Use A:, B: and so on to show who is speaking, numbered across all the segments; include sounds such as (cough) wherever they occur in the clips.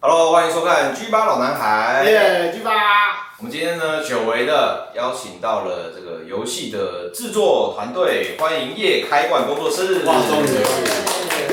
A: Hello，欢迎收看《G 八老男孩》
B: 耶，鸡巴！
A: 我们今天呢，久违的邀请到了这个游戏的制作团队，欢迎夜开馆工作室。
B: 哇终于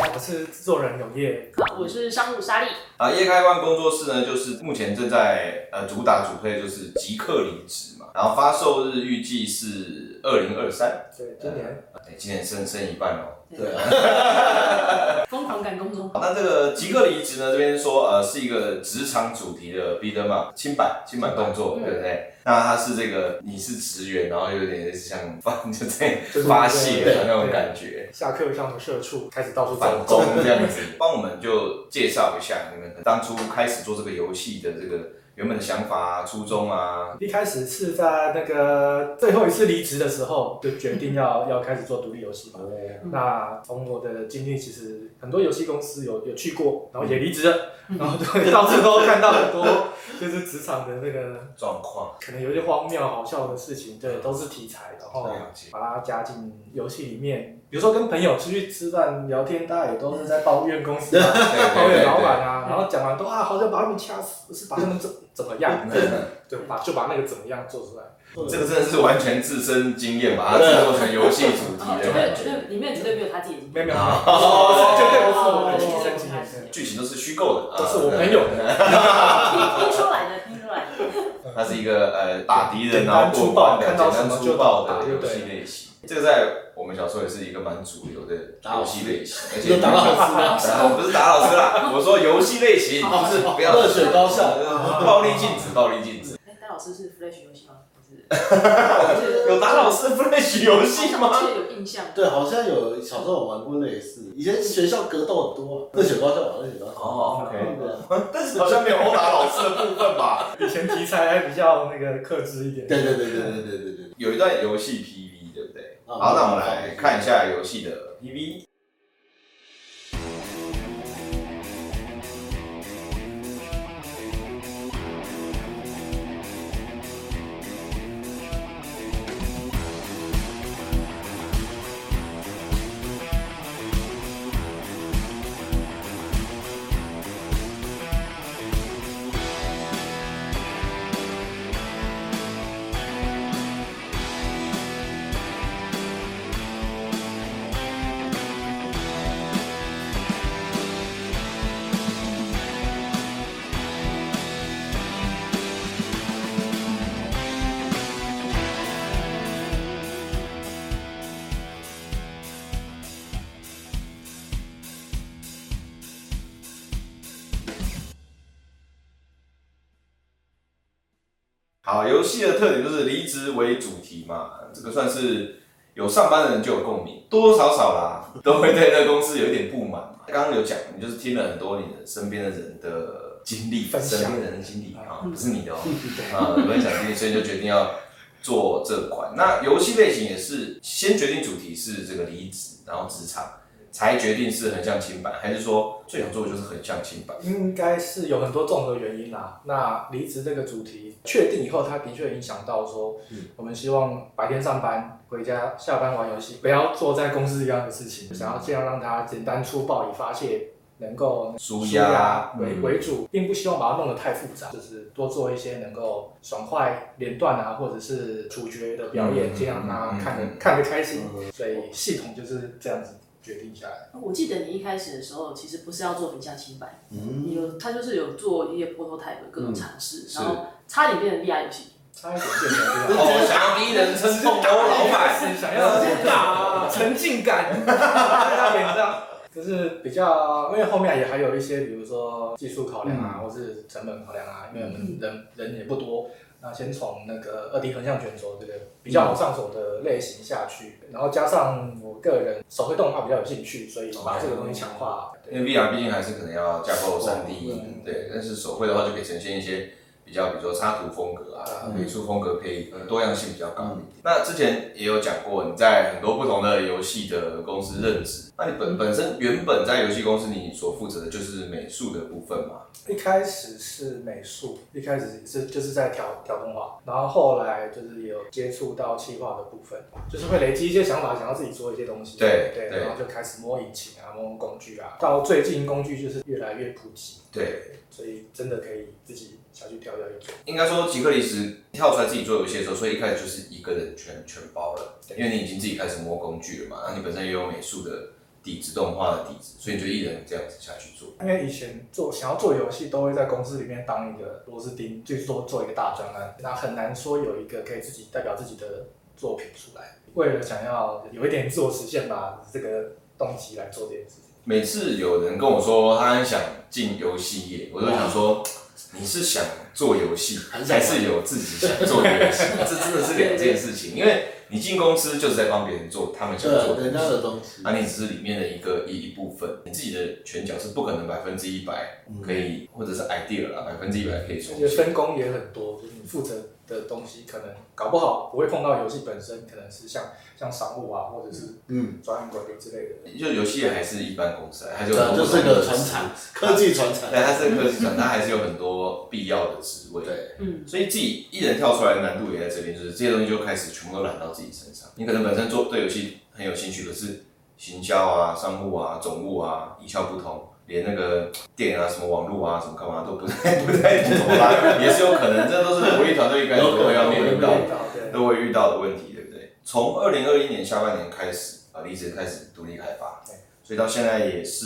C: 我是制作人永业，
D: 好，我是商务莎莉。
A: 啊，夜开馆工作室呢，就是目前正在呃主打主推就是即刻离职嘛，然后发售日预计是二零二三，
C: 对，今年
A: 哎，今年剩剩一半哦。
B: 对
D: 啊，疯狂赶工中。
A: 好，那这个即刻离职呢，这边说呃是一个职场主题的 B 灯嘛，清版清版动作，
D: 嗯
A: 对不对？那它是这个你是职员，然后有点类似像发就在
C: 就是
A: 发泄的
C: 对
A: 那种
C: 对
A: 感觉，
C: 呃下课上的社畜开始到处
A: 反
C: 走
A: 中这样子。帮我们就介绍一下你们当初开始做这个游戏的这个原本的想法啊、初衷啊。
C: 一开始是在那个最后一次离职的时候，就决定 (laughs) 要要开始做独立游戏嘛。那从我的经历，其实很多游戏公司有有去过，然后也离职了，然后就会到处都看到很多 (laughs) 就是职场的那个
A: 状况，
C: 可能有一些荒谬好笑的事情，对，都是题材，然后
A: 了解
C: 把它加进游戏里面。比如说跟朋友出去吃饭聊天，大家也都是在抱怨公 (laughs) 司、啊。
A: 对
C: 抱
A: 对对
C: 怨
A: 嗯
C: 老板啊，然后讲完都啊，好想把他们掐死，是把他们怎怎么
A: (laughs)
C: 样？
A: 对
C: 对，把就把那个怎么样做出来。
A: 这个真的是完全自身经验把它
C: 啊
A: 制作成游戏主
D: 哦，
A: 题
D: 绝
A: 的
D: 对
A: 感觉。
D: 绝对，里面绝对没有他自己的经
C: 没有
D: 验。
C: 没有，
A: 哦
C: 绝对不是我
D: 哦
C: 的亲
D: 绝对
C: 身
D: 不是
C: 经
D: 他
C: 验
D: 自，己的
A: 剧情都是虚构的，
C: 都是我
A: 啊
C: 朋友的。
D: 听听出来的，听出来的。
A: 它是一个呃打敌人
C: 简
A: 然后
C: 单
A: 过
C: 粗暴
A: 关的简
C: 看到什
A: 单
C: 么
A: 粗
C: 就
A: 暴
C: 打
A: 的
C: 就
A: 游
C: 对
A: 戏类型。这个在我们小时候也是一个蛮主流的游戏类型，而且
B: 又打到好吃的，
A: 啊不是打老师啦，我说游戏类型，不
D: 哦
A: 是不要
B: 热血高校，
A: (laughs) 暴力禁止，暴力禁止。
D: 哎，戴老师是 Flash 游戏吗？不是
A: 有打老师 Flash 游戏
D: 好
A: 吗？
D: 像有印象。
B: 对，好像有小时候有玩过类似，以前学校格斗很多，热血高校玩热血高校。
A: 哦，OK
B: 对
A: 但是好像没有殴打老师的部分吧？
C: 以前题材还比较那个克制一点。
B: 对对对对对对对对。
A: 有一段游戏 PV，对不对？
B: 啊
A: 好，那我们来看一。下游戏的 PV。好，游戏的特点就是离职为主题嘛，这个算是有上班的人就有共鸣，多多少少啦，都会对那个公司有一点不满嘛。刚刚有讲，你就是听了很多你的身边的人的经历，
C: 分享嗯
A: 身边人的经历啊，不是你的哦，
C: (laughs) 对
A: 啊，分享经历，所以就决定要做这款。那游戏类型也是先决定主题是这个离职，然后职场才决定是横向清版，还是说最想做的就是横向清版？
C: 应该是有很多综合原因啦。那离职这个主题确定以后，它的确影响到说，
A: 嗯
C: 我们希望白天上班，回家下班玩游戏，不要做在公司一样的事
A: 嗯
C: 情，想要尽量让它简单粗暴以发泄，能够
A: 舒
C: 舒
A: 压
C: 压为
A: 嗯
C: 为主，并不希望把它弄得太复杂，就是多做一些能够爽快连段啊，或者是主角的表
A: 嗯
C: 演，尽量
A: 嗯
C: 让他看得
A: 嗯
C: 看得开心
B: 嗯。
C: 所以系统就是这样子决定下来。
A: (laughs)
D: 我记得你一开始的时候，其实不是要做横向清白，
B: 嗯。
D: 你有他就是有做一些 prototype 各种尝试，然后
A: 是
D: 差点变成 VR 游戏。
C: 差一点变成 (laughs) 这样。
A: 哦，想要第一人称斗殴老板。
C: 是想要这种沉浸感在他脸上，就是比较，因为后面也还有一些，比如说技术考量啊，或是成本考量啊，因为我们人人也不多。那先从那个二 D 横向卷轴这个比较好上手的类型下去，然后加上我个人手绘动画比较有兴趣，所以把这个东西强化。对
A: 因为 VR 毕竟还是可能要架构三 D，、
B: 嗯
A: 对，但是手绘的话就可以呈现一些比较，比如说插图风格啊、美术风格配音，多样性比较高一点。
B: 嗯
A: 那之前也有讲过，你在很多不同的游戏的公司任职，那你本本身原本在游戏公司你所负责的就是美术的部分嘛？
C: 一开始是美术，一开始是就是在调调动画，然后后来就是也有接触到企划的部分，就是会累积一些想法，想要自己做一些东西。
A: 对
C: 对，
A: 对
C: 然后就开始摸引擎啊，摸工具啊，到最近工具就是越来越普及，
A: 对，
C: 所以真的可以自己下去调调用。
A: 应该说吉克力斯跳出来自己做游戏的时候，所以一开始就是一个人全全包了，因为你已经自己开始摸工具了嘛，然后你本身也有美术的底子、动画的底子，所以你就一人这样子下去做。
C: 因为以前做想要做游戏，都会在公司里面当一个螺丝钉，最多做一个大专案，那很难说有一个可以自己代表自己的作品出来。为了想要有一点自我实现吧，这个动机来做这件事情。
A: 每次有人跟我说他很想进游戏业，我都想说你是想做游戏，
B: 很想
A: 还是有自己想做的游
B: (laughs)
A: 戏？这真的是两件事情，因为你进公司就是在帮别人做他们想做
B: 对，
A: 的
B: 人
A: 东
B: 家
A: 西。
B: 的东西，
A: 那、你只是里面的一个一一部分，你自己的拳脚是不可能百分之一百
B: 嗯
A: 可以，或者是 idea 啦，百分之一百可以重
C: 而
A: 现
C: 且。分工也很多，就是你负责的东西可能搞不好不会碰到游戏本身，可能是像像商务啊，或者是
B: 嗯，
C: 专案管理之类的。
A: 就游戏还是一般公司，还是有很多
B: 这啊就
A: 不
B: 是
A: 同的
B: 个传
A: 公司
B: 产，科技传产，
A: 对，它是个科技厂，它还是有很多必要的职位。，
B: 对，
D: 嗯，
A: 所以自己一人跳出来的难度也在这边，就是这些东西就开始全部都揽到自己身上。你可能本身做对游戏很有兴趣，可是行销啊、商务啊、总务啊一窍不通，连那个电啊、什么网络啊、什么干嘛都不太不太懂
B: (laughs)
A: 啦，也是有可能，这都是国立团队应该都会要面
B: 嗯有
A: 临
B: 可
A: 到
B: 能
A: 的。
C: 对，
A: 都会遇到的问题，对不对？从二零二一年下半年开始啊，离职开始独立开发
C: 对，
A: 所以到现在也是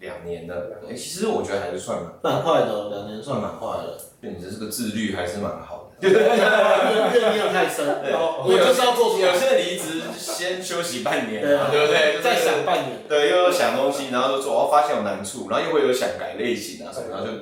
A: 两年了
C: 两。
A: 哎、其实我觉得还是算蛮，
B: 蛮快的，两年算蛮快的，
A: 对你的这个自律还是蛮好的。
B: 怨念太深，我
A: 有
B: 就是要做出
A: 有
B: 来，
A: 些离职先休息半年
B: 对
A: 嘛，
B: 啊，
A: 对不对？
B: 再
A: 就是
B: 想半年，
A: 对，又有想东西，然后就做，哦，发现有难处，然后又会有想改类型啊什么，然后就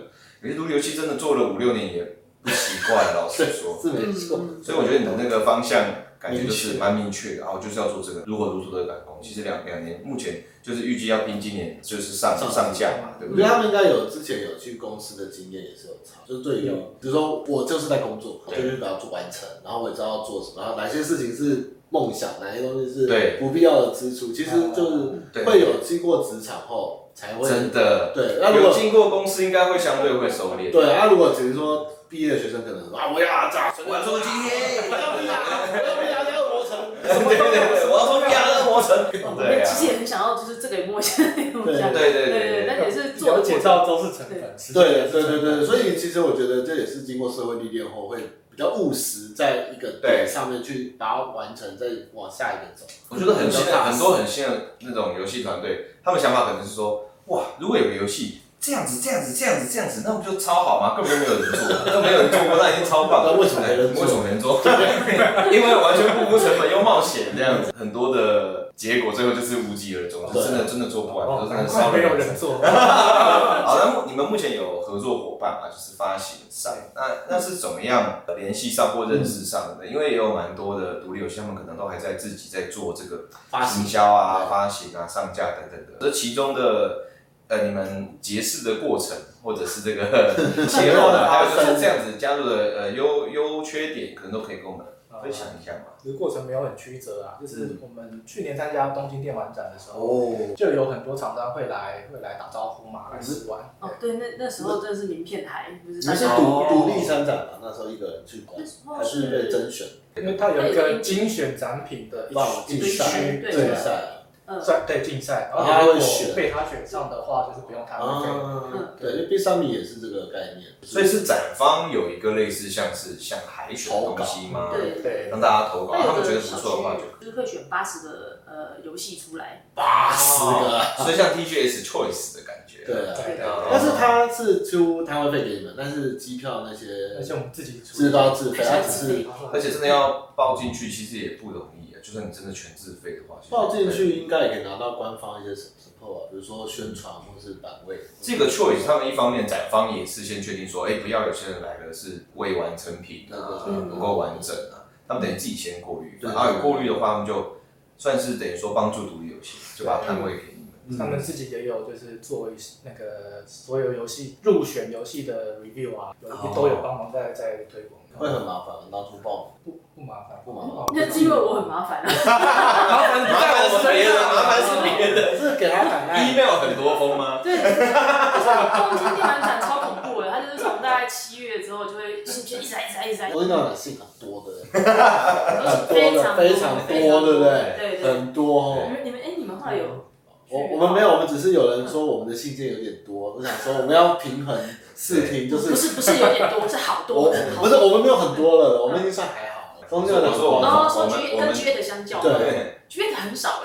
A: 有些独立游戏真的做了五六年也不习惯，老实说。
B: 是没错，
D: 嗯
A: 所以我觉得你的那个方向感觉就是蛮明确的，然后就是要做这个如火如荼的赶工。其实两两年目前就是预计要拼今年就是上
B: 上
A: 上架嘛，对
B: 我
A: 不
B: 觉
A: 对
B: 得？他们应该有之前有去公司的经验也是有差，就是对于比如说我就是在工作，我就
A: 嗯对
B: 是把它做完成，然后我也知道要做什么，然后哪些事情是梦想，哪些东西
A: 对嗯
B: 是不必要的支出，其实就是
A: 对
B: 会有经过职场后才会
A: 真的，
B: 对。那如
A: 有
B: 果
A: 经过公司应该会相对会收敛。
B: 对，啊那如果只是说毕业的学生可能说啊，我要啊这样，
A: 我要做今天，
B: 我要毕业啊，我要毕业啊，要磨成，
A: 对对对，我要做亚人磨成，对啊，
D: 其实也很想要，就是这个也摸一下，那个摸一下，
A: 对对
D: 对
A: 对
D: 对，
A: 对，
D: 但也是做
C: 了
D: 的
C: 解
D: 过程。
C: 到都是成本。
B: 对对对对，所以其实我觉得这也是经过社会历练后会比较务实，在一个
A: 对
B: 点上面去把它完成，再往下一个走。嗯
A: 我觉得很新的很多很新的那种游戏团队，他们想法可能是说，哇，如果有个游戏。这样子，这样子，这样子，这样子，那不就超好吗？根本就没有人做，都没有人做过，那已经超棒了。
B: 那为什么没人做
A: 为什么没人做？因为完全不顾成本又冒险，这样子，很多的结果最后就是无疾而终，就真的真的做不完，
C: 哦
A: 都，真
C: 难
A: 的烧
C: 怪
A: 了
C: 没有
A: 人
C: 人做。
A: 好，那目你们目前有合作伙伴嘛？就是发行商，那那是怎么样呃联系上或认识上的呢？因为也有蛮多的独立游戏，他们可能都还在自己在做这个
B: 发行
A: 行销啊、
B: 对
A: 发行啊、上架等等的。这其中的呃，你们结识的过程，或者是这个 (laughs) 前后
D: (laughs)
A: 的，还有就是这样子加入的呃优优缺点，可能都可以跟我们分享一下
D: 啊
A: 嘛。
C: 其实过程没有很曲折啊，就是我们去年参加东京电玩展的时候，
B: 嗯哦，
C: 就有很多厂商会来会来打招呼
B: 嗯
C: 嘛，来试玩。
D: 哦，对，那那时候真的是名片台，就是
B: 你
D: 大
B: 是
D: 家
B: 独
C: 哦
B: 独立参展嘛？那时候一个人去管
D: 那时，候
B: 还是被甄选
C: 因为它有一个精选展品的一
B: 哇
C: 区一
B: 竞
C: 区
B: 赛
D: 对
B: 竞赛
D: 嗯，
C: 算对竞赛，然
B: 然后他
C: 后如
B: 会
C: 果
B: 选
C: 被他选上的话，就是不用他付费。
D: 嗯
B: 啊？对，因为 B 三米也是这个概念，
A: 所以是展方有一个类似像是像海选的东西
B: 啊
A: 吗？
D: 对
C: 对
A: 让大家投稿，
D: 它
A: 他
D: 有
A: 们觉
D: 个
A: 得不
D: 小
A: 错的话就
D: 区，就是会选八十个呃游戏出来，
B: 八十个啊，
A: 哦所以像 TGS Choice 的感觉。
B: 对啊。
C: 对对，
A: 哦
B: 但是他是出摊位费给你们，但是机票那些
C: 而且我们自己
B: 是都要自费，嗯他
D: 还
B: 只
D: 是
B: 是
A: 而且真的要报进去，其实也不容易啊。就算你真的全自费的话，其实
B: 报进去应该也可以拿到官方一些 support 啊，比如说宣传或是版位。
A: 这个 choice，他们一方面展方也事先确定说，哎、不要有些人来了是未完成品啊，
B: 嗯
A: 不够完整啊，他们等于自己先过滤，
B: 对
A: 然后有过滤的话，他们就算是等于说帮助独立游戏，就把摊位给你们。
C: 他们自己也有就是做一些那个所有游戏入选游戏的 review 啊，有
B: 哦
C: 都有帮忙在在推广。
B: 会很麻烦，当初报
C: 不不麻烦，
B: 不麻烦
D: 那是因为我很麻烦啊。 (laughs)
C: 麻烦不在我身上，
A: 啊麻烦是别人
C: 我是给他反赖。
A: 哎，email 很多封吗？
D: 对，东京电玩展超恐怖的，它就是从大概七月之后就会是不是一直来一直来一直来，
B: 我跟你讲，是很多的，
D: 而
B: 很
D: 且
B: 多的，非常多，对不对？
D: 对对。
B: 很多哦
D: 你。们你们哎，你们后来有哦
B: 我我们没有，我们只是有人说我们的信件有点多，我想说我们要平衡视频，就
D: 不
B: 是
D: 是不是有点多，是好
B: 我
D: 多，好
B: 不是我们没有很多了，我们已经算还好了。中间有两
A: 我
D: 然后哦说
A: 我们
D: G
A: 我
D: 跟
A: 们
D: G 的相较，
B: 对
D: ，G 的很少，
B: (laughs)
D: 而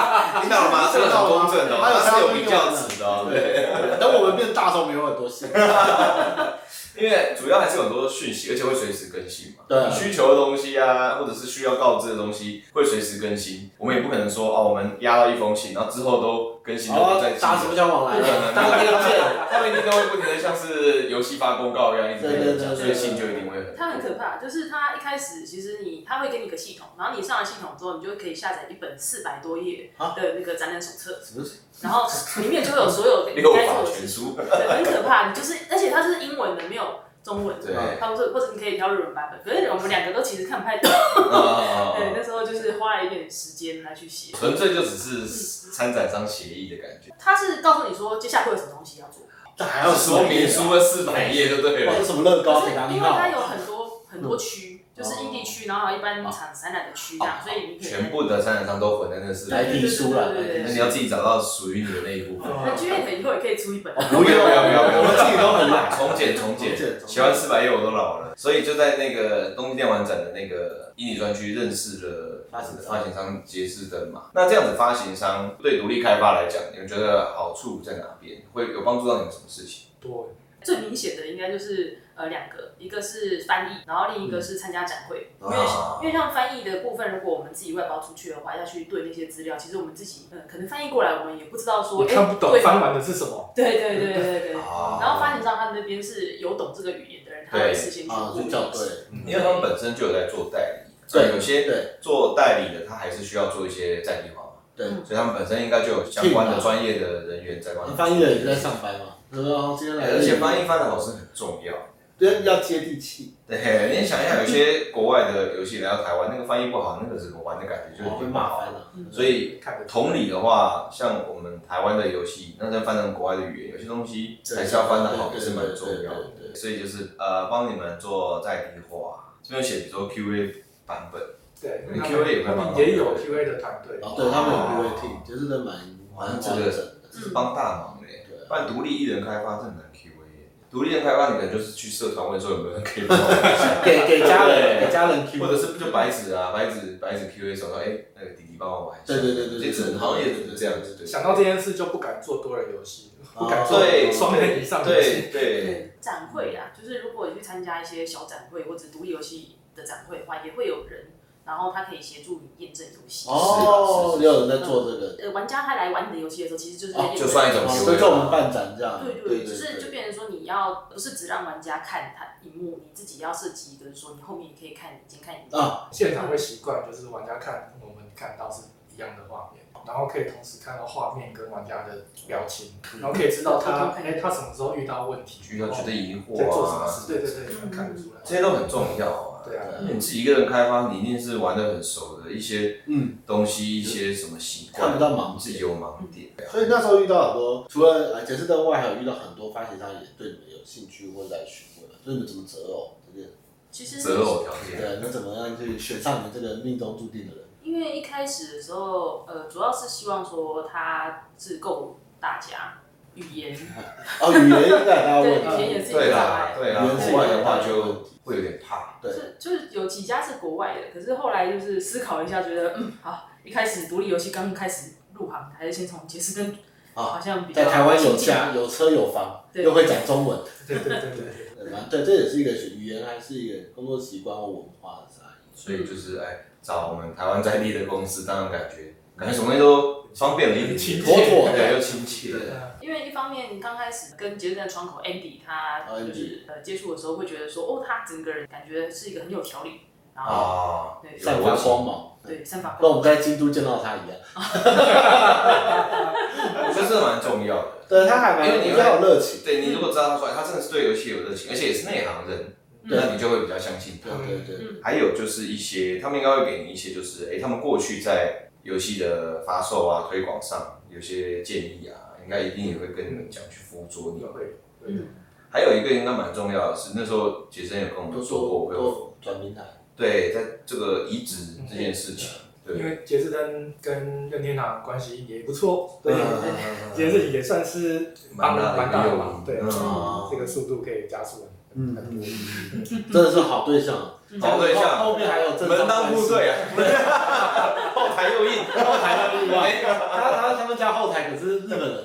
A: 啊听到了吗？这个很公正的哦，
B: 还有
A: 它是有
B: 三
A: 比较值的哦。对，
B: 对，等我们变大众，没有很多信。
A: 因为主要还是有很多讯息，而且会随时更新嘛。
B: 对
A: 你需求的东西啊，或者是需要告知的东西，会随时更新。我们也不可能说哦，我们压到一封信，然后之后都更新了
B: 好了
A: 再，
B: 哦打什么交往来了？当天见。
A: 他们一定都会不停的像是游戏发公告一样一直跟你讲，
B: 对对对对
A: 所以信就一定会很。
D: 它很可怕，就是它一开始其实你它会给你个系统，然后你上了系统之后，你就可以下载一本四百多页
B: 啊
D: 的那个展览手册，
B: 什么？
D: 然后里面就会有所有你
A: 六
D: 该做
A: 法
D: 的
A: 全
D: 事情，
A: 书， (laughs)
D: 对，很可怕。你就是而且它是英文的，没有中文
A: 对
D: 的，它不是或者你可以挑日文版本，可是我们两个都其实看不太懂，
A: 啊
D: 对，那时候就是花了一点时间来去写。
A: 纯粹就只是参展商协议的感觉。
D: 它是告诉你说接下来会有什么东西要做，
B: 这还
A: 还
B: 要
A: 有说明书了四百页就对
B: (laughs) 哇，
A: 了
B: 这。什么乐高
D: 可
B: 给
D: 是
B: 他
D: 因为它有很多很多区，
B: 嗯
D: 就是异地区，然后还有一般厂展览的区这样，所以你可以
A: 全部的参展商都混在那四百
B: 来
A: 页，
B: 提书了，
A: 那你要自己找到属于你的那一部分。
D: 那剧院可能以后也可以出一本。
B: 不用我们自己都很
A: (laughs)
B: 懒。
A: 重剪重剪
B: 重剪重，剪
A: 写完四百页我都老了，所以就在那个东京电玩展的那个英语专区认识了
B: 发行商
A: 发行商杰士登嘛。那这样子发行商对独立开发来讲，你们觉得好处在哪边？会有帮助到你们什么事情？
C: 多
D: 最明显的应该就是呃两个，一个是翻译，然后另一个是参加展会。
B: 嗯
D: 因为
A: 啊
D: 因为像翻译的部分，如果我们自己外包出去的话，要去对那些资料，其实我们自己呃可能翻译过来，我们也不知道说
C: 我
D: 哎
C: 看不懂
D: 对
C: 翻完的是什么。
D: 对对对对对对。
A: 啊
D: 然后发行商他们那边是有懂这个语言的人，他会事先去
B: 啊，
D: 顾
B: 就
D: 虑。
B: 校对，
A: 因为他们本身就有在做代理，
B: 对
A: 有些
B: 对
A: 做代理的他还是需要做一些在地化嘛，
B: 对。啊
A: 所以他们本身应该就有相关的专业的人员在帮他们
B: 翻译的也在上班嘛，然后今天来，
A: 对而且翻译翻的好是很重要。
B: 对要接地气，
A: 对，你想一下，有些国外的游戏来到台湾，那个翻译不好，那个怎么玩的感觉就
B: 被
A: 很
B: 骂翻。了。
A: 所以
C: 看得懂
A: 同理的话，像我们台湾的游戏，那再翻成国外的语言，有些东西
B: 对
A: 还是要翻得好，
B: 对
A: 也
B: 对
A: 是蛮重要
B: 对对对
A: 的。所以就是呃，帮你们做在地化，这边有写比如说 QA 版本，
C: 对，
A: 你 QA 也会
C: 他
A: 帮忙哦
C: 们也有 QA 的团队。
B: 对他们有 QA team，就是都蛮蛮完整的。
A: 这是帮大忙的耶。
B: 对
A: 不然独立一人开发真的很难 QA 耶。独立人开发，你可能就是去社团问说有没有人可以帮我
B: (laughs)
A: 一下。
B: 给给家人给家人 Q，
A: 或者是就白纸啊，白纸白纸 Q A 手说，哎、那个弟弟帮我玩一下。
B: 对对对对对
A: 这整行业就是这样子，对。
C: 想到这件事就不敢做多人游戏，不敢做
A: 哦对
C: 双人以上的游
A: 对
C: 戏。
B: 哦
A: 对，
D: 对展会啊，就是如果你去参加一些小展会或者独立游戏的展会的话，也会有人，然后他可以协助你验证游戏。
B: 哦，也有人在做这个，
D: 呃，玩家他来玩你的游戏的时候，其实就是在
B: 哦
D: 验证
A: 就算一种
B: 所以就我们办展这样，
D: 对对
B: 对
D: 对，就是就变成说你要不是只让玩家看他荧幕，你自己要设计，就是说你后面也可以看，你先看荧幕。
B: 啊，
C: 现场会习惯，就是玩家看我们看到是一样的画面，然后可以同时看到画面跟玩家的表情，然后可以知道他
D: 嗯
C: 哎他什么时候遇到问题，哦
A: 需要觉得疑
C: 在
A: 惑
C: 做什么
A: 啊，
C: 事，对对对，
D: 嗯
C: 看得出来。
A: 这些都很重要啊。
C: 对啊
A: 因为你自己一个人开发，你一定是玩的很熟的一些
B: 嗯，
A: 东西，一些什么习惯，
B: 看不到盲点
A: 自己有盲点。
B: 所以那时候遇到很多，除了呃杰士登外，还有遇到很多发行商也对你们有兴趣或者来询问，所以你们怎么择偶这件，
D: 其实
A: 择偶条件，
B: 对，你们怎么样去选上你们这个命中注定的人？
D: 因为一开始的时候，呃，主要是希望说他是够大家语
B: (laughs)
D: 言，
B: 哦，语言应该大家
D: 对
B: 问
D: 语言也
B: 题，
D: 是一
A: 对
D: 个障
A: 啦
D: 碍。
A: 对啦，
B: 原
A: 国外的话就会有点怕。
B: 对
D: 是就是有几家是国外的，可是后来就是思考一下，觉得嗯好，一开始独立游戏刚开始入行，还是先从杰斯跟好
B: 啊，
D: 像比较
B: 在台湾有
D: 亲近
B: 家有车有房，
D: 对
B: 又会讲中文，
C: 对对对对对。
B: 对吧？对，这也是一个语言，还是一个工作习惯或文化的差异。
A: 所以就是哎，找我们台湾在地的公司，当然感觉感觉什么东西都方便了一点
C: 亲
A: 点，
C: 切
B: 妥妥的
A: 对，又亲切。
B: 对
D: 因为一方面刚开始跟杰森的窗口 Andy 他
B: 哦
D: 就是
B: Andy
D: 呃接触的时候，会觉得说哦，他整个人感觉是一个很有条理，然后、
A: 啊，
D: 对
A: 有
B: 散发
A: 逻辑
B: 光芒，
D: 对，三法
B: 跟
D: 官
B: 我们在京都见到他一样。
A: 我觉得这蛮重要的。
B: 对他还蛮，
A: 因为你
B: 我觉得他有热情。
A: 对你如果知道他出来，他真的是对游戏有热情，而且也是内行人，那你就会比较相信他。
B: 对对对，
D: 嗯
A: 还有就是一些，他们应该会给你一些，就是哎诶，他们过去在游戏的发售啊、推广上有些建议啊，应该一定也会跟你们讲去辅佐你。
C: 会
D: 嗯
A: 还有一个应该蛮重要的是，那时候杰森有跟我
B: 都
A: 们说过，
B: 说
A: 会有
B: 嗯都转平台，
A: 对在这个移植这件事情，
C: 嗯因
A: 对，
C: 为杰士登跟任天堂关系也不错，所以
B: 嗯
C: (laughs) 这件事情也算是帮了蛮大
A: 的
C: 的
A: 诱
C: 忙。
A: 因
C: 对，
B: 嗯
C: 这个速度可以加速很很多。嗯
B: 真的是好对象，
A: 好对象
B: 后后面还有正
A: 门当户对
B: 啊，
A: (laughs) 啊，后台又硬，
B: 后台的另外，
A: (laughs)
B: 他他他们家后台可是日本人，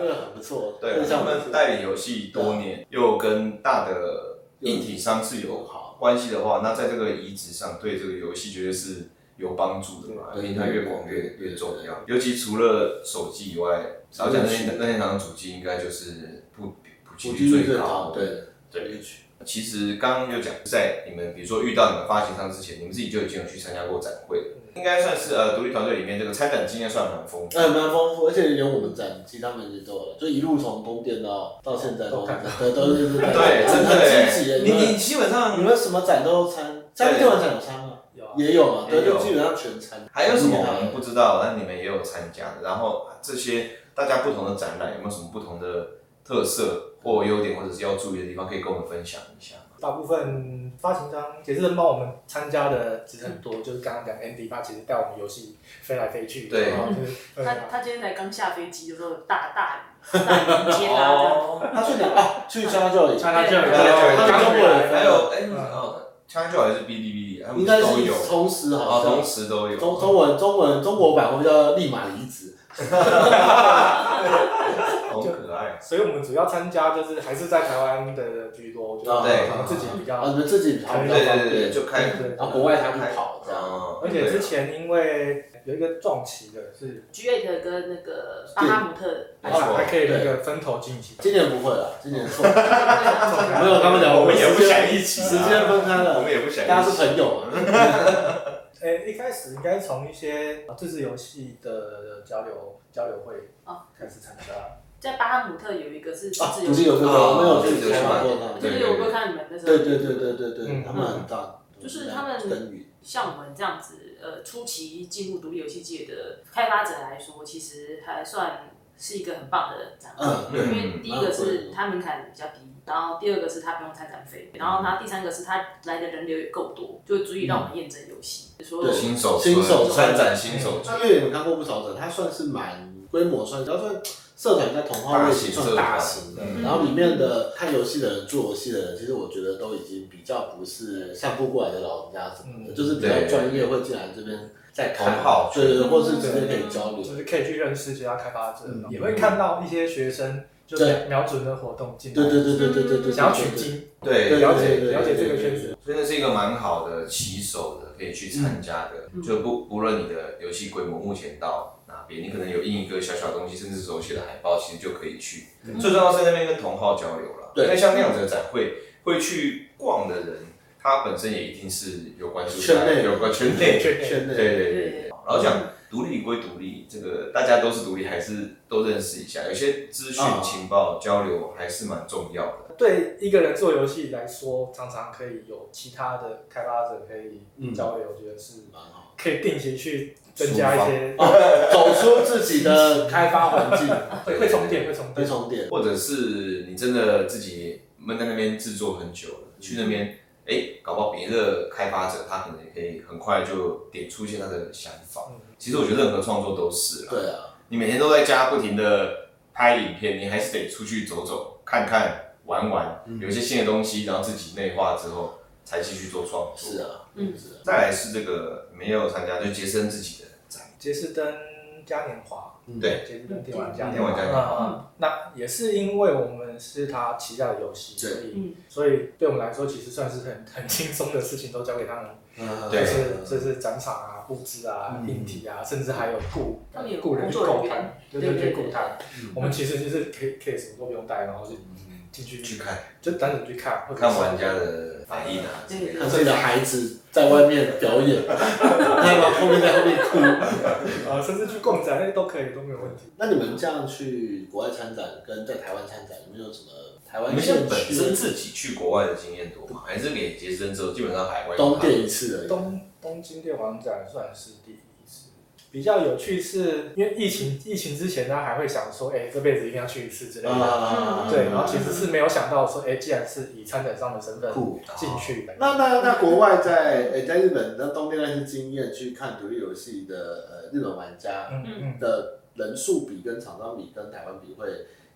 B: 这个很不错，
A: 对，他
B: 像
A: 们代理游戏多年，又跟大的硬体商是有关系的话，那在这个移植上，对这个游戏绝对是有帮助的嘛，
B: 对
A: 因为它越广越越重要。尤其除了手机以外，少讲那些那些堂主机应该就是普普及
B: 普
A: 率
B: 及率
A: 最
B: 最
A: 高
B: 高，
A: 的。
B: 对
A: 对，其实刚刚有讲，在你们比如说遇到你们发行商之前，你们自己就已经有去参加过展会了，
B: 嗯
A: 应该算是呃独立团队里面这个参展经验算蛮丰富的。
B: 哎，蛮丰富，而且连我们展，其实他们也都有，就一路从宫殿到到现在都在，对，都是在
A: 对，真的
B: 很积极
A: 欸，
B: 耶。
A: 你
B: 你
A: 你
B: 们
A: 基本上
B: 你们什么展都参，三电玩展有参吗？
C: 有啊
B: 也有啊，对，
A: 也有
B: 就基本上全嗯参。
A: 还有什么我们不知道，但你们也有参加的。然后这些大家不同的展览有没有什么不同的特色或优点，或者是要注意的地方，可以跟我们分享一下？
C: 大部分发行商杰士登帮我们参加的其实很多，就是刚刚讲 Andy 他其实带我们游戏飞来飞去，
A: 对
C: 然后就是啊
D: 他他今天才刚下飞机，就说大大雨，大雨迎接他这样。
C: 哦
B: 他去哪？啊，去加州里，
C: 像他这样，
A: 对
C: 他
B: 对
C: 刚回
B: 对
C: 来，
A: 还有哎，
C: 嗯
A: 哦，枪教还是哔哩哔哩，他们
B: 应该是
A: 都有，
B: 同时
A: 哦，
B: 好像
A: 同时都有。
B: 中中文中文中国版，我们叫立马离职。
A: 好可爱啊。
C: 所以我们主要参加就是还是在台湾的居多，就是
A: 对
C: 我们自己比
B: 啊，
C: 较。
B: 你们自己比较方
C: 对
A: 对
B: 便，
A: 对对对，就开
C: 对
B: 然后国外他就跑这样。
A: 哦
C: 而且之
A: 对
C: 前因为有一个撞期的是，
D: G8 跟那个巴哈姆特，
A: 没错
C: 还可以那个分头进行。
B: 今年不会了，今年错，
A: (laughs)
C: 没
B: 没有他们讲，
A: 我们也不
B: 时间
A: 想一起啊
B: 时间分开
A: 我
B: 了，
A: 们也不想
B: 大
A: 一
B: 家
A: 起，
B: 是朋
A: (laughs)
B: 友嘛。
C: 诶、哎一开始应该从一些呃自制游戏的交流交流会
D: 哦
C: 开始参加。
D: 在巴哈姆特有一个是
B: 啊，
D: 自
B: 独
D: 由
B: 立游戏
A: 啊
B: 我们有
A: 自
B: 去
A: 由
B: 采访过
A: 嘛
B: 他们。
A: 对
D: 就是我会看你们那时候，
B: 对对对对对对，他们很大，
D: 就是他们
B: 耕耘，
D: 像我们这样子，呃，初期进入独立游戏界的开发者来说，其实还算是一个很棒的展览。
B: 嗯，
D: 因
B: 对，
D: 为第一个是它门槛比较低，然后第二个是它不用参展费，然后它第三个是它来的人流也够多，就足以让我们验证游戏。所有
A: 新手
B: 新手
A: 村参展新手村，
B: 他因为你们看过不少展，他算是蛮规模算，要算社团在同化位置算大型
A: 大型
B: 的
A: 社，团
B: 然后里面的看游戏的人、做游戏的人，其实我觉得都已经比较不是散步过来的老人家什么的，
C: 嗯
B: 就是比较专业，会进来这边在看
A: 同好，
B: 对对，对或是直接可以交流
C: 就。是可以去认识其他开发者，
B: 嗯
C: 也会看到一些学生就
B: 对
C: 瞄瞄准的活动进来，
B: 对对对对对对对，
C: 想要取经，
A: 对
B: 对
C: 了解
B: 对对
C: 了解这个圈子。
A: 所以那是一个蛮好的起手的，可以去参加的。
D: 嗯
A: 就不不论你的游戏规模目前到哪边，你可能有印一个小小的东西，甚至手写的海报，其实就可以去。最重要是在那边跟同好交流了，
B: 对
A: 因为像那样子的展会，会去逛的人，他本身也一定是有关注
B: 圈内
A: 有关圈内。
C: 圈内
B: 圈
A: 对
B: 内
A: 对对
D: 对
A: 对。然后讲独立归独立，这个大家都是独立，还是都认识一下。有些资讯
B: 啊
A: 情报交流还是蛮重要的。
C: 对一个人做游戏来说，常常可以有其他的开发者可以交流，我觉得是
B: 蛮好，
C: 可以定期去增加一些，
B: 走出自己的开发环境，
C: 会会重点会重
B: 非
C: 点，
B: 常点。
A: 或者是你真的自己闷在那边制作很久了，去那边，哎、搞不好别的开发者他可能也可以很快就点出一些他的想法。
C: 嗯
A: 其实我觉得任何创作都是啦，
B: 对啊，
A: 你每天都在家不停的拍影片，你还是得出去走走、看看、玩玩，有一些新的东西，然后自己内化之后才继续做创作。
B: 是，啊，
D: 嗯
B: 是啊，
A: 再来是这个没有参加，就杰森自己的展，
C: 杰士登嘉年华，
A: 对，
C: 杰士登电玩嘉
A: 电玩嘉年华
C: 啊，那也是因为我们是他旗下的游戏，
B: 对
C: 所以
D: 嗯
C: 所以对我们来说，其实算是很很轻松的事情，都交给他们，
B: 嗯
A: 对
C: 就是就是展场啊、布置啊、
B: 嗯
C: 硬体啊，甚至还有雇
D: 他们有
C: 雇人去
D: 工作人
C: 购
D: 员
C: 摊，对
D: 对
C: 对
D: 对
C: 对，
D: 对
C: 雇摊
B: 嗯，
C: 我们其实就是可以可以什么都不用带，然后就
B: 嗯
C: 进去
A: 去看
C: 就单纯去看，或者
A: 看
C: 是
A: 玩家的反应啊之类的。
B: 看自己的孩子在外面表演，那么后面在后面哭。
C: 呃，甚至去逛展那些都可以，都没有问题。
B: 那你们这样去国外参展跟在台湾参展，有没有什么台湾
A: 你们现在
B: 县
A: 本身
B: 区
A: 自己去国外的经验多吗？还是给杰森之后基本上海外
B: 东电一次而已？
C: 东东京电玩展算是第一次，比较有趣是因为疫情，疫情之前大家还会想说，哎、这辈子一定要去一次之类的。
B: 啊，
C: 对，然后其实是没有想到说，哎、既然是以参展商的身份
B: 酷
C: 进去，
B: 那那那国外在诶、在日本那东电那些经验去看独立游戏的呃日本玩家
C: 嗯嗯，
B: 的人数比跟厂商比跟台湾比会，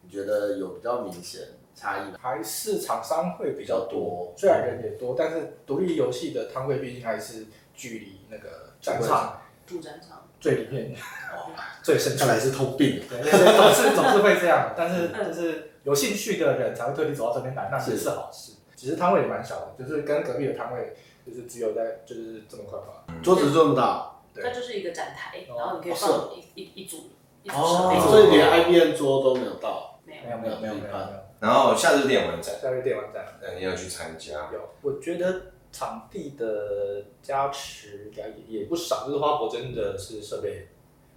B: 你觉得有比较明显差异吗？
C: 还是厂商会比较
B: 比较多
C: 多，虽然人也多，但是独立游戏的摊位毕竟还是距离那个展场
D: 主战场，
C: 最里面
B: 哦，
C: 最深处
B: 看。来是通病。
C: 对，总是总是会这样，但是就是有兴趣的人才会特地走到这边来，那也是好事。其实摊位也蛮小的，就是跟隔壁的摊位就是只有在就是这么块吧。
B: 桌子这么大，
C: 对
D: 它就是一个展台，
C: 哦
D: 然后你可以
B: 哦
D: 放一一一组一
A: 没
D: 组设
A: 错
B: 所以连 IBM 桌都没有到。
D: 备，没有
C: 没有没有没有没有没有。
A: 然后夏日电玩展，
C: 夏日电玩展
A: 那你要去参加。
C: 有，我觉得场地的加持应该也也不少，就是花博真的是设备，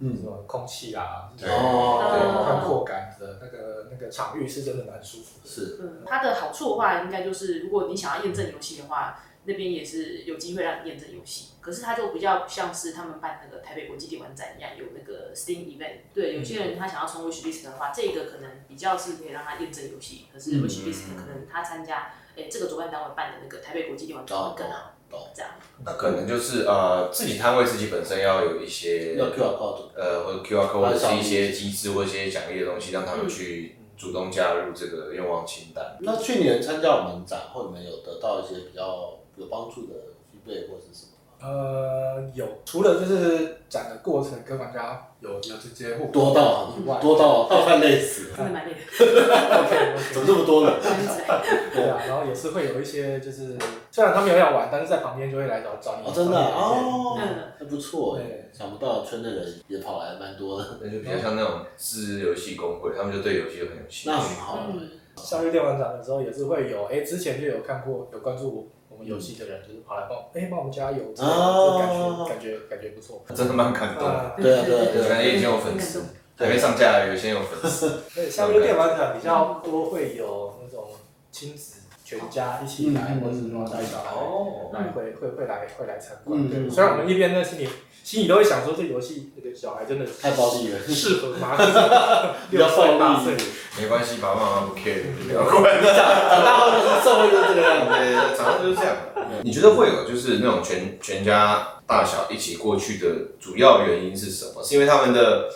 C: 什
B: 嗯，
C: 么空气啦，
A: 对
C: 对，
D: 哦
C: 宽阔感的那个那个场域是真的蛮舒服的。
B: 是
D: 嗯，它的好处的话，应该就是如果你想要验证游戏的话，那边也是有机会让你验证游戏。可是它就比较像是他们办那个台北国际电玩展一样，有那个 Steam event。对，有些人他想要冲 wish list 的话，这个可能比较是可以让他验证游戏。可是
B: 嗯
D: wish list 可能他参加诶、这个主办单位办的那个台北国际电玩展
B: 到
D: 会更好。
B: 到，
D: 这样，
A: 那可能就是呃，自己摊位自己本身要有一些
B: 要 QR code
A: 呃，或者 QR code
B: 还
A: 或
B: 有
A: 者
B: 小
A: 是一些
B: 礼品
A: 机制或一些奖励的东西，让他们去主动加入这个愿望清单。
B: 那去年参加我们展会，你们有得到一些比较有帮助的 feedback 或是什么吗？
C: 呃，有，除了就是展的过程跟玩家有有直接互动
B: 多到
C: 以外，
B: 多到快累死了，
D: 真的蛮累的，
C: OK OK，
B: 怎么这么多呢？
D: 蛮累的。
C: 对啊，然后也是会有一些就是虽然他没有要玩，但是在旁边就会来找找你
B: 哦，真的啊
C: 找你聊天
B: 哦
D: 嗯，
B: 还不错哎
C: 对，
B: 想不到圈内人也跑来蛮多的，
A: 那就比较像那种自由游戏工会，他们就对游戏就很有兴
B: 那
A: 趣
B: 很。好哎。
D: 嗯，
C: 夏日电玩展的时候也是会有，哎、之前就有看过有关注我我们游戏的人，就是跑来帮
B: 嗯
C: 我，哎、帮我们加油，这
B: 哦
C: 个感觉感觉感觉不错。
A: 真的蛮感动的。
C: 啊，
B: 对啊对啊
A: 我
B: 对
A: 感
B: 啊，
A: 觉已经有粉丝
D: 嗯，
A: 还没上架，有些有粉丝。
C: 对，夏日电玩展比较多会有那种亲子全家一起来，
B: 嗯
C: 或者是说带小孩
A: 哦
C: 来会会会来会来参
B: 嗯
C: 观。对，
B: 嗯
C: 虽然我们一边呢心里心里都会想说这游戏这个小孩真的
B: 太暴力了，
C: 适合吗？ (laughs) 就是六岁八岁，
A: 没关系，爸爸妈妈不 care，你不要管。
B: 长大后就是社会就是这个样子。
A: 对，常常就是这样。你觉得会有就是那种全全家大小一起过去的主要原因是什么？是因为他们的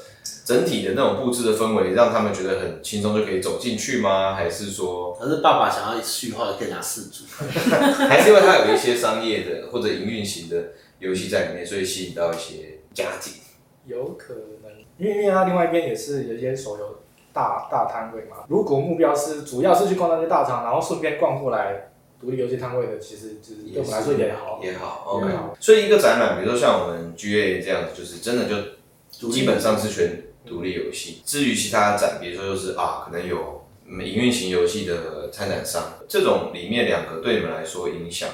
A: 整体的那种布置的氛围让他们觉得很轻松就可以走进去吗？还是说，
B: 可是爸爸想要一次去的话，可以拿四组。
A: 还是因为它有一些商业的或者营运型的游戏在里面，所以吸引到一些家庭？
C: 有可能，因为因为它另外一边也是有一些手游大大摊位嘛。如果目标是主要是去逛那些大厂，然后顺便逛过来独立游戏摊位的，其实就是对我们来说也好。
A: 也好，OK
C: 也好。
A: 所以一个展览，比如说像我们 GA 这样子，就是真的就
B: 独立
A: 基本上是全独立游戏。至于其他展，比如说就是啊，可能有嗯营运型游戏的参展商，这种里面两个对你们来说影响，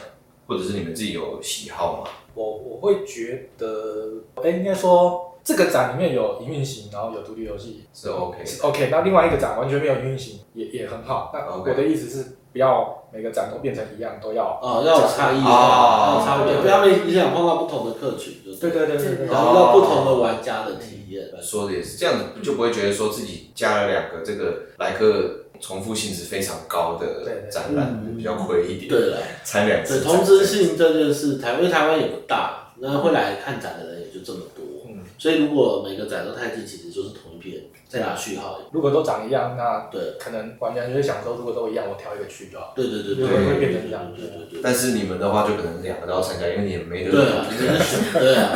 A: 或者是你们自己有喜好吗？
C: 我我会觉得，哎，应该说这个展里面有营运型，然后有独立游戏
A: 是 OK
C: 是 OK。那另外一个展完全没有营运型，也也很好。那
A: OK
C: 我的意思是，不要每个展都变成一样，都要。
B: 哦，要有差异化，
A: 哦
B: 要有差异化，
C: 对
B: 对他们你想碰到不同的客群，就
C: 对对对对对
D: 对
B: 然后到不同的玩家的体验。
A: 说的也是这样子，就不会觉得说自己加了两个这个来客重复性是非常高
C: 对
A: 的
C: 对
A: 展览，
B: 嗯
A: 比较亏一点。
B: 对了，
A: 参两
B: 对
A: 次展。
B: 同质性这件事，台因为台湾也不大，那会来看展的人也就这么多，
C: 嗯，
B: 所以如果每个展都太近，其实就是同一批人在拿序号而已。
C: 如果都长一样，那
B: 对
C: 可能玩家就会想说，如果都一样，我挑一个去就好。
B: 对对对
C: 对
B: 对
C: 会变成这样
B: 对对对对。
A: 但是你们的话就可能两个都要参加，因为你也没得
B: 对啊，你们选对啊，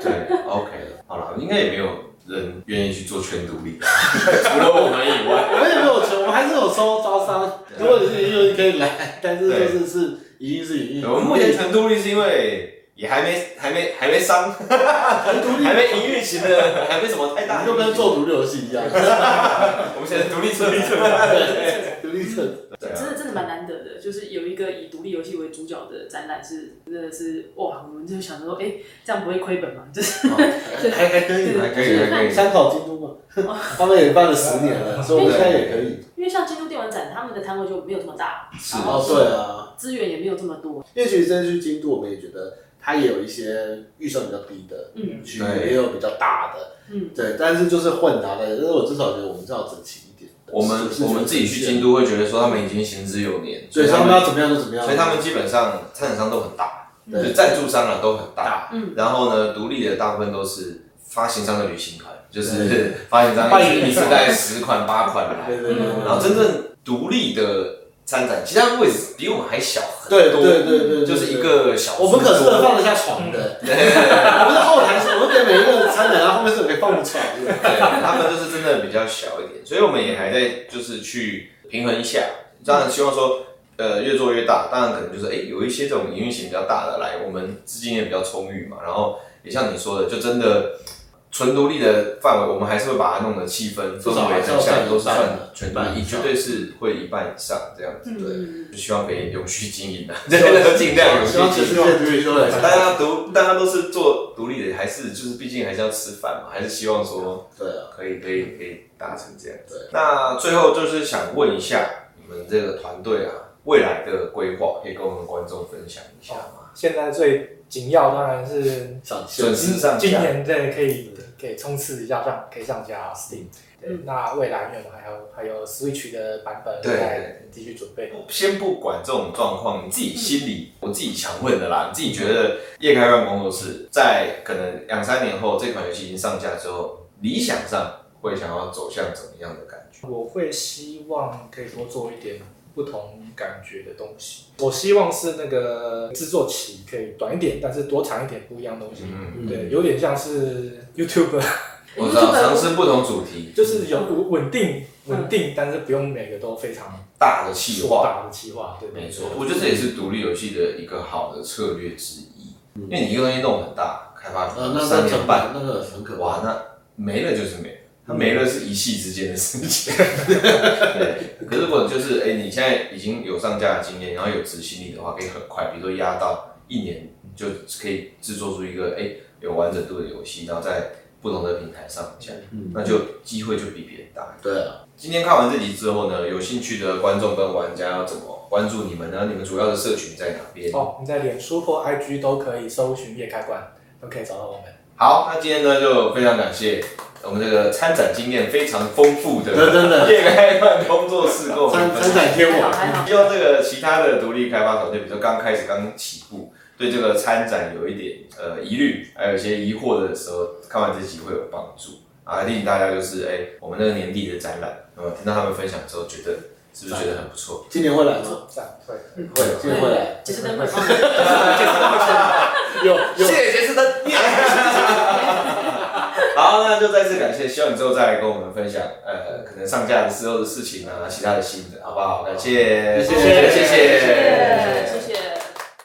A: 对，OK 了，好了，应该也没有人愿意去做全独
B: (laughs)
A: 立，除了我们以外。
B: 我们也没有钱，我们还是有收招商。如果你是营运，可以来，但是就是是一定是营运。
A: (laughs) 我们目前全独立是因为也还没、还没、还没商，还没营运型的，还没什么太大。
B: 就跟做，独立游戏一样。
A: 我们现在独立策略。
B: 对历程，
A: 对啊
D: 真的真的蛮难得的，就是有一个以独立游戏为主角的展览是真的是哇，我们就想说，哎、这样不会亏本吗？就是
B: 还还还可以，
A: 还可以还可以
B: 参考京都嘛，
D: 哦
B: 他们也办了十年了，所以我们现在也可以。
D: 因为像京都电玩展，他们的摊位就没有这么大，
A: 是
D: 然
B: 哦，
D: 后
B: 对啊，
D: 资源也没有这么多，
B: 因为其实这次去京都，我们也觉得它也有一些预算比较低的
D: 嗯
B: 区
A: 对
B: 域，也有比较大的，
D: 嗯，
B: 对，但是就是混杂的，但是我至少觉得我们这样整齐一点。
A: 我们
B: 是
A: 我们自己去京，都会觉得说他们已经行之有年，
B: 是对，所以他们要怎么样就怎么样，
A: 所以他们基本上参展商都很大，
D: 对
A: 就是赞助商啊都很大，
B: 大
D: 嗯，
A: 然后呢，独立的大部分都是发行商的旅行团，就
B: 对
A: 是 (laughs) 发行商
B: 办
A: 一次
B: 一个
A: 一次带十款八款
B: 对
A: 来，
B: 对对，
A: 然后真正独立的参展，其实他们位置比我们还小很多，
B: 对对对对，
A: 就是一个小书
B: 我
A: 桌，
B: 们可是放得下床的，我们的后台是，我们给每一个餐点，然后后面是有可以放床的。
A: 对，他们就是真的比较小一点，所以我们也还在就是去平衡一下，当然希望说。呃，越做越大，当然可能就是哎、诶有一些这种营运型比较大的来，我们资金也比较充裕嘛，然后也像你说的，就真的纯独立的范围，我们还是会把它弄得气氛氛
B: 至少
A: 围
B: 还是要
A: 等下
B: 占
A: 都是
B: 一半
A: 算
B: 的
A: 全
B: 一
A: 独
B: 半
A: 立，
B: 以
A: 绝
B: 上
A: 对是会一半以上这样子，对，
D: 嗯，
A: 就希望可以永续经营的，真的尽量 (laughs) 永续
B: 希望全世
A: 经营。
B: 界独立都来
A: 大家独大家都是做独立的，还是就是毕竟还是要吃饭嘛，还是希望说
B: 对啊，
A: 可以可以可以达成这样子。
B: 对
A: 那最后就是想问一下你们这个团队啊，未来的规划可以跟我们观众分享一下吗？
C: 现在最紧要当然是
A: (laughs)
B: 上
A: 准
B: 线
A: 时上
C: 今
A: 架，
C: 年对可以可以冲刺一下上可以上
A: 嗯
C: 架 Steam。对，那未来因为我们还有还有 Switch 的版本
A: 对
C: 在继续准备。
B: 哦
A: 先不管这种状况，你自己心里， (laughs) 我自己想问的啦，你自己觉得夜开办工作室在可能两三年后这款游戏已经上架之后，理想上会想要走向怎么样的感觉？
C: 我会希望可以多做一点不同感觉的东西。我希望是那个制作期可以短一点，但是多尝一点不一样的东西。
A: 嗯，
C: 对，有点像是 YouTube，
A: 我知道尝试不同主题，
C: 就是有稳定稳定，但是不用每个都非常
A: 大的企划
C: 硕，大的企划。对，
A: 没错，我觉得这也是独立游戏的一个好的策略之一，因为你一个东西弄很大，开发
B: 嗯呃，那
A: 三
B: 那
A: 年
B: 成
A: 半，
B: 本那个很可
A: 哇
B: 怕，，
A: 那没了就是没了，它没了是一夕之间的事情。 (laughs) 对，可是如果就是哎、你现在已经有上架的经验，然后有执行力的话，可以很快，比如说压到一年就可以制作出一个哎、有完整度的游戏，然后在不同的平台上架，
B: 嗯，
A: 那就机会就比别人大。
B: 对啊，
A: 今天看完这集之后呢，有兴趣的观众跟玩家要怎么关注你们呢？你们主要的社群在哪边？
C: 哦，你在脸书或 IG 都可以搜寻夜开关，都可以找到我们。
A: 好，那今天呢就非常感谢我们这个参展经验非常丰富的
B: 真的真的
A: 夜开饭工作室跟我们
B: 参
A: 分
B: 参
A: 享。
B: 展天
D: 还好
B: 王，
D: 还好，
A: 希望这个其他的独立开发团队，比如说刚开始刚起步，对这个参展有一点呃疑虑，还有一些疑惑的时候，看完这集会有帮助。啊，提醒大家就是，哎、我们那个年底的展览，呃，听到他们分享之后，觉得是不是觉得很不错？
B: 今年会来吗？
C: 赞，会。
B: 会，今年会来，
D: 其实灯
A: (laughs)
D: 会帮你，
B: 有有
A: 谢谢杰斯的念。 (laughs) 好，那就再次感谢，希望你之后再来跟我们分享，呃，可能上架的时候的事情啊，其他的新的，好不好？感谢，
B: 谢
A: 谢
B: 谢
A: 谢，
D: 谢谢谢谢。